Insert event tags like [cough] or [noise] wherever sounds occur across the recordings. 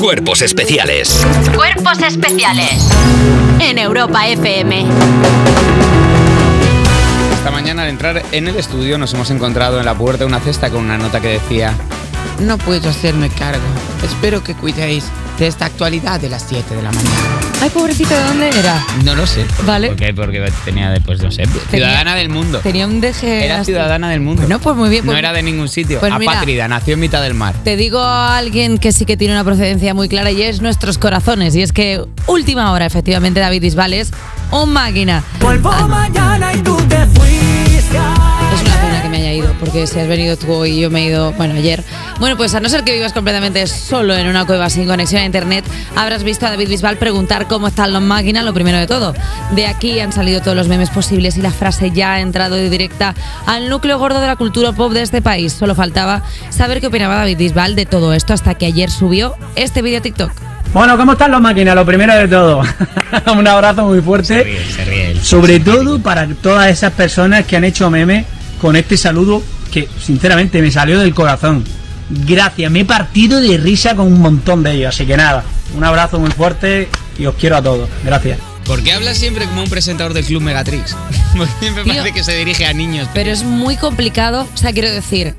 Cuerpos especiales. Cuerpos especiales. En Europa FM. Esta mañana al entrar en el estudio nos hemos encontrado en la puerta una cesta con una nota que decía No puedo hacerme cargo. Espero que cuidéis de esta actualidad de las 7 de la mañana. Ay, pobrecito, ¿de dónde era? No lo sé. Vale. ¿Por qué? Porque tenía después, no sé. Ciudadana del mundo. Tenía un deje. Era así. ciudadana del mundo. Bueno, pues muy bien. no pues era de ningún sitio. pues mira. Apátrida, nació en mitad del mar. Te digo a alguien que sí que tiene una procedencia muy clara y es nuestros corazones. Y es que última hora, efectivamente, David Isbal es un máquina. Vuelvo mañana y tú te fuiste. Es una pena que me haya ido, porque si has venido tú hoy y yo me he ido, bueno, ayer. Bueno, pues a no ser que vivas completamente solo en una cueva sin conexión a internet, habrás visto a David Bisbal preguntar cómo están las máquinas, lo primero de todo. De aquí han salido todos los memes posibles y la frase ya ha entrado de directa al núcleo gordo de la cultura pop de este país. Solo faltaba saber qué opinaba David Bisbal de todo esto hasta que ayer subió este vídeo a TikTok. Bueno, ¿cómo están los máquinas? Lo primero de todo, [laughs] un abrazo muy Se fuerte, ríe, se ríe. él. sobre todo para todas esas personas que han hecho memes con este saludo que sinceramente me salió del corazón. Gracias, me he partido de risa con un montón de ellos, así que nada, un abrazo muy fuerte y os quiero a todos. Gracias. ¿Por qué habla siempre como un presentador del Club Megatrix? [laughs] Porque me Tío. parece que se dirige a niños. Pero es muy complicado, o sea, quiero decir,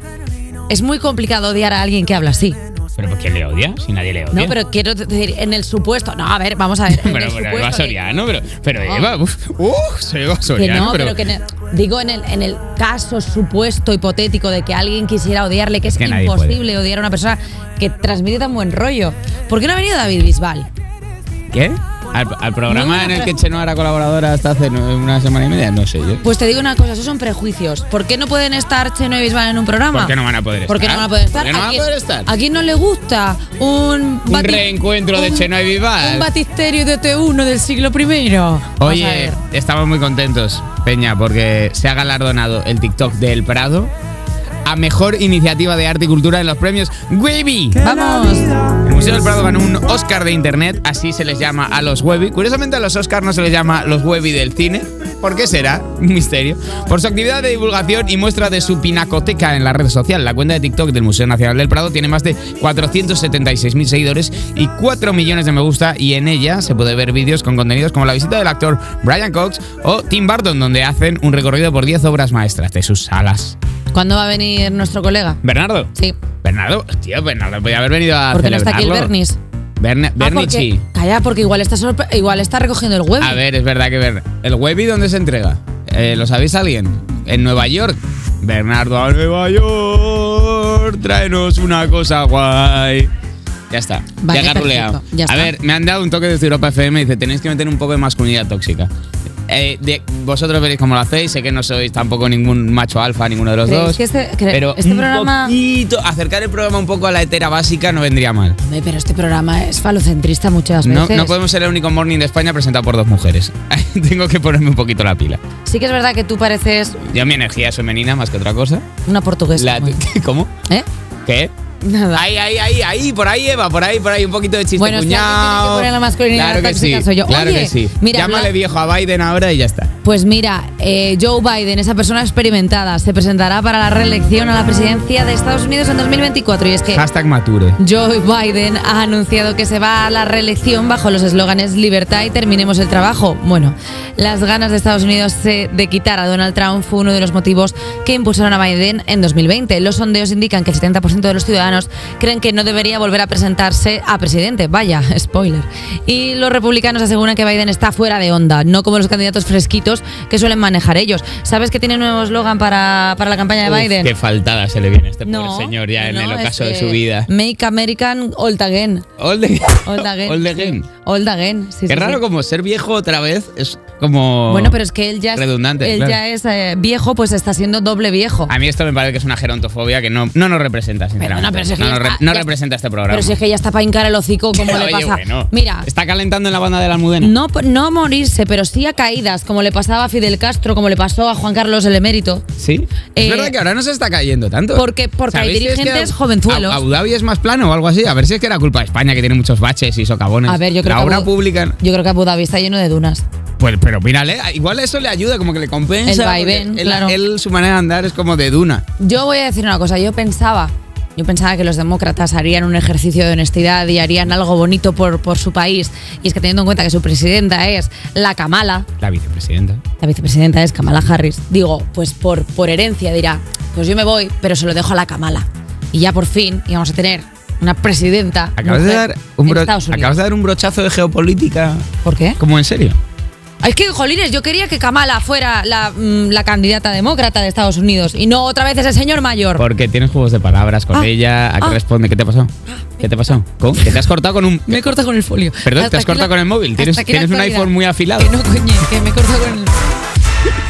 es muy complicado odiar a alguien que habla así. ¿Pero por qué le odia? Si nadie le odia. No, pero quiero decir, en el supuesto. No, a ver, vamos a ver. [laughs] en Pero, el pero supuesto Eva de- Soriano, pero, pero No. Eva, uff, uff, soy Eva Que Soriano, no, pero, que ne- digo en el, en el caso supuesto hipotético de que alguien quisiera odiarle, que es, que nadie imposible odiar a una persona que transmite tan buen rollo. ¿Por qué no ha venido David Bisbal? ¿Qué? Al, al programa No, en el pero- que Chenoa era colaboradora hasta hace no- una semana y media, no sé yo. Pues te digo una cosa, esos son prejuicios. ¿Por qué no pueden estar Cheno y Bisbal en un programa? ¿Por qué no van a poder ¿Por qué estar? no van a poder estar? ¿Por qué no van a quién- poder estar? ¿A quién no le gusta un, Un bati- reencuentro de un- Chenoa y Bisbal. Un batisterio de T1 del siglo primero. Vamos a Oye, ver. estamos muy contentos, Peña, porque se ha galardonado el TikTok del Prado a mejor iniciativa de arte y cultura en los premios Webby. Vamos. El Museo del Prado ganó un Oscar de Internet, así se les llama a los Webby. Curiosamente a los Oscars no se les llama los Webby del cine. ¿Por qué será? [laughs] Un misterio. Por su actividad de divulgación y muestra de su pinacoteca en la red social, la cuenta de TikTok del Museo Nacional del Prado tiene más de 476.000 seguidores y 4 millones de me gusta y en ella se puede ver vídeos con contenidos como la visita del actor Brian Cox o Tim Burton, donde hacen un recorrido por 10 obras maestras de sus salas. ¿Cuándo va a venir nuestro colega? Bernardo. Sí. Ah, Bernardo, tío, pues Bernardo, podía haber venido a Porque no está aquí el celebrarlo. Bernis. Berna- Ah, Bernichi. porque- Calla, porque igual está, sorpre- igual está recogiendo el huevo. A ver, es verdad que ver. ¿El Webby dónde se entrega? Eh, ¿Lo sabéis alguien? En Nueva York. Bernardo a Nueva York. Tráenos una cosa guay. Ya está. Vale, ya garruleado. perfecto, ya a está. ver, me han dado un toque desde Europa FM. Dice, tenéis que meter un poco de masculinidad tóxica. Eh, de- vosotros veréis cómo lo hacéis. Sé que no sois tampoco ningún macho alfa, ninguno de los ¿Creéis dos. que este- cre- pero este un programa- poquito- acercar el programa un poco a la hetera básica no vendría mal. Hombre, pero este programa es falocentrista muchas No, veces. no podemos ser el único morning de España presentado por dos mujeres. [laughs] Tengo que ponerme un poquito la pila. Sí que es verdad que tú pareces Yo mi energía es femenina más que otra cosa. una portuguesa. La- bueno. [laughs] ¿Cómo? ¿Eh? ¿Qué? Nada. Ahí, ahí, ahí, ahí, por ahí, Eva, por ahí, por ahí, un poquito de chiste Bueno, si alguien tiene que cuñado. poner la masculinidad claro que sí, tóxica soy yo. claro Oye, que sí. mira, Llámale habla- viejo a Biden ahora y ya está. Pues mira, eh, Joe Biden, esa persona experimentada, se presentará para la reelección a la presidencia de Estados Unidos en 2024. Y es que Hashtag mature. Joe Biden ha anunciado que se va a la reelección bajo los eslóganes libertad y terminemos el trabajo. Bueno, las ganas de Estados Unidos eh, de quitar a Donald Trump fue uno de los motivos que impulsaron a Biden en 2020. Los sondeos indican que el 70% de los ciudadanos creen que no debería volver a presentarse a presidente. Vaya, [laughs] spoiler. Y los republicanos aseguran que Biden está fuera de onda, no como los candidatos fresquitos que suelen manejar ellos. ¿Sabes que tiene un nuevo eslogan para, para la campaña de Uf, Biden? Qué faltada se le viene a este pobre señor ya en no, el ocaso es de su que vida. Make American Old Again. Old again. [laughs] Old Again. Old again. Sí, Old Again. Sí, Qué sí, raro sí. como ser viejo otra vez es como... Bueno, pero es que él ya es, Redundante, él claro. Ah, ya es eh, viejo, pues está siendo doble viejo. A mí esto me parece que es una gerontofobia que no, no nos representa, sinceramente. no, pero si es que no, nos ya re- está- no ya- representa este programa. Pero si es que ya está para hincar el hocico, como [laughs] le Oye, pasa. bueno, Este Mira, Está calentando en la banda de la Almudena. no, no morirse, pero sí a caídas, como le pasaba a Fidel Castro, como le pasó a Juan Carlos el Emérito. ¿Sí? Eh, es verdad que ahora no se está cayendo tanto. porque- porque hay ¿Sabéis si es que dirigentes Ab- jovenzuelos. Ab- Abu Dhabi es más plano o algo así. A ver si es que era culpa de España que tiene muchos baches y socavones. A ver, yo creo La que. obra Abu- pública. Yo creo que Abu Dhabi está lleno de dunas. Pues, pero mírale, igual eso le ayuda, como que le compensa. El porque vaivén, él- claro. él, su manera de andar es como de duna. Yo voy a decir una cosa, yo pensaba Yo pensaba que los demócratas harían un ejercicio de honestidad y harían algo bonito por, por su país. Y es que teniendo en cuenta que su presidenta es la Kamala, La vicepresidenta. la vicepresidenta es Kamala Harris, digo, pues por, por herencia dirá, pues yo me voy, pero se lo dejo a la Kamala. Y ya por fin íbamos a tener una presidenta. Acabas de, mujer dar un en bro- Estados Unidos. acabas de dar un brochazo de geopolítica. ¿Por qué? ¿Cómo en serio? Es que, jolines, yo quería que Kamala fuera la, mm, la candidata demócrata de Estados Unidos y no otra vez ese señor mayor. Porque tienes juegos de palabras con Ah, ella. ¿A qué ah. responde? ¿Qué te pasó? ¿Qué te pasó? ¿Con? ¿Que te has cortado con [laughs] un. Me he cortado con el folio. Perdón, Hasta te has aquí la- cortado con el móvil. Tienes- hasta aquí la tienes un actualidad. iPhone muy afilado. Que no, coñe, que me he cortado con el.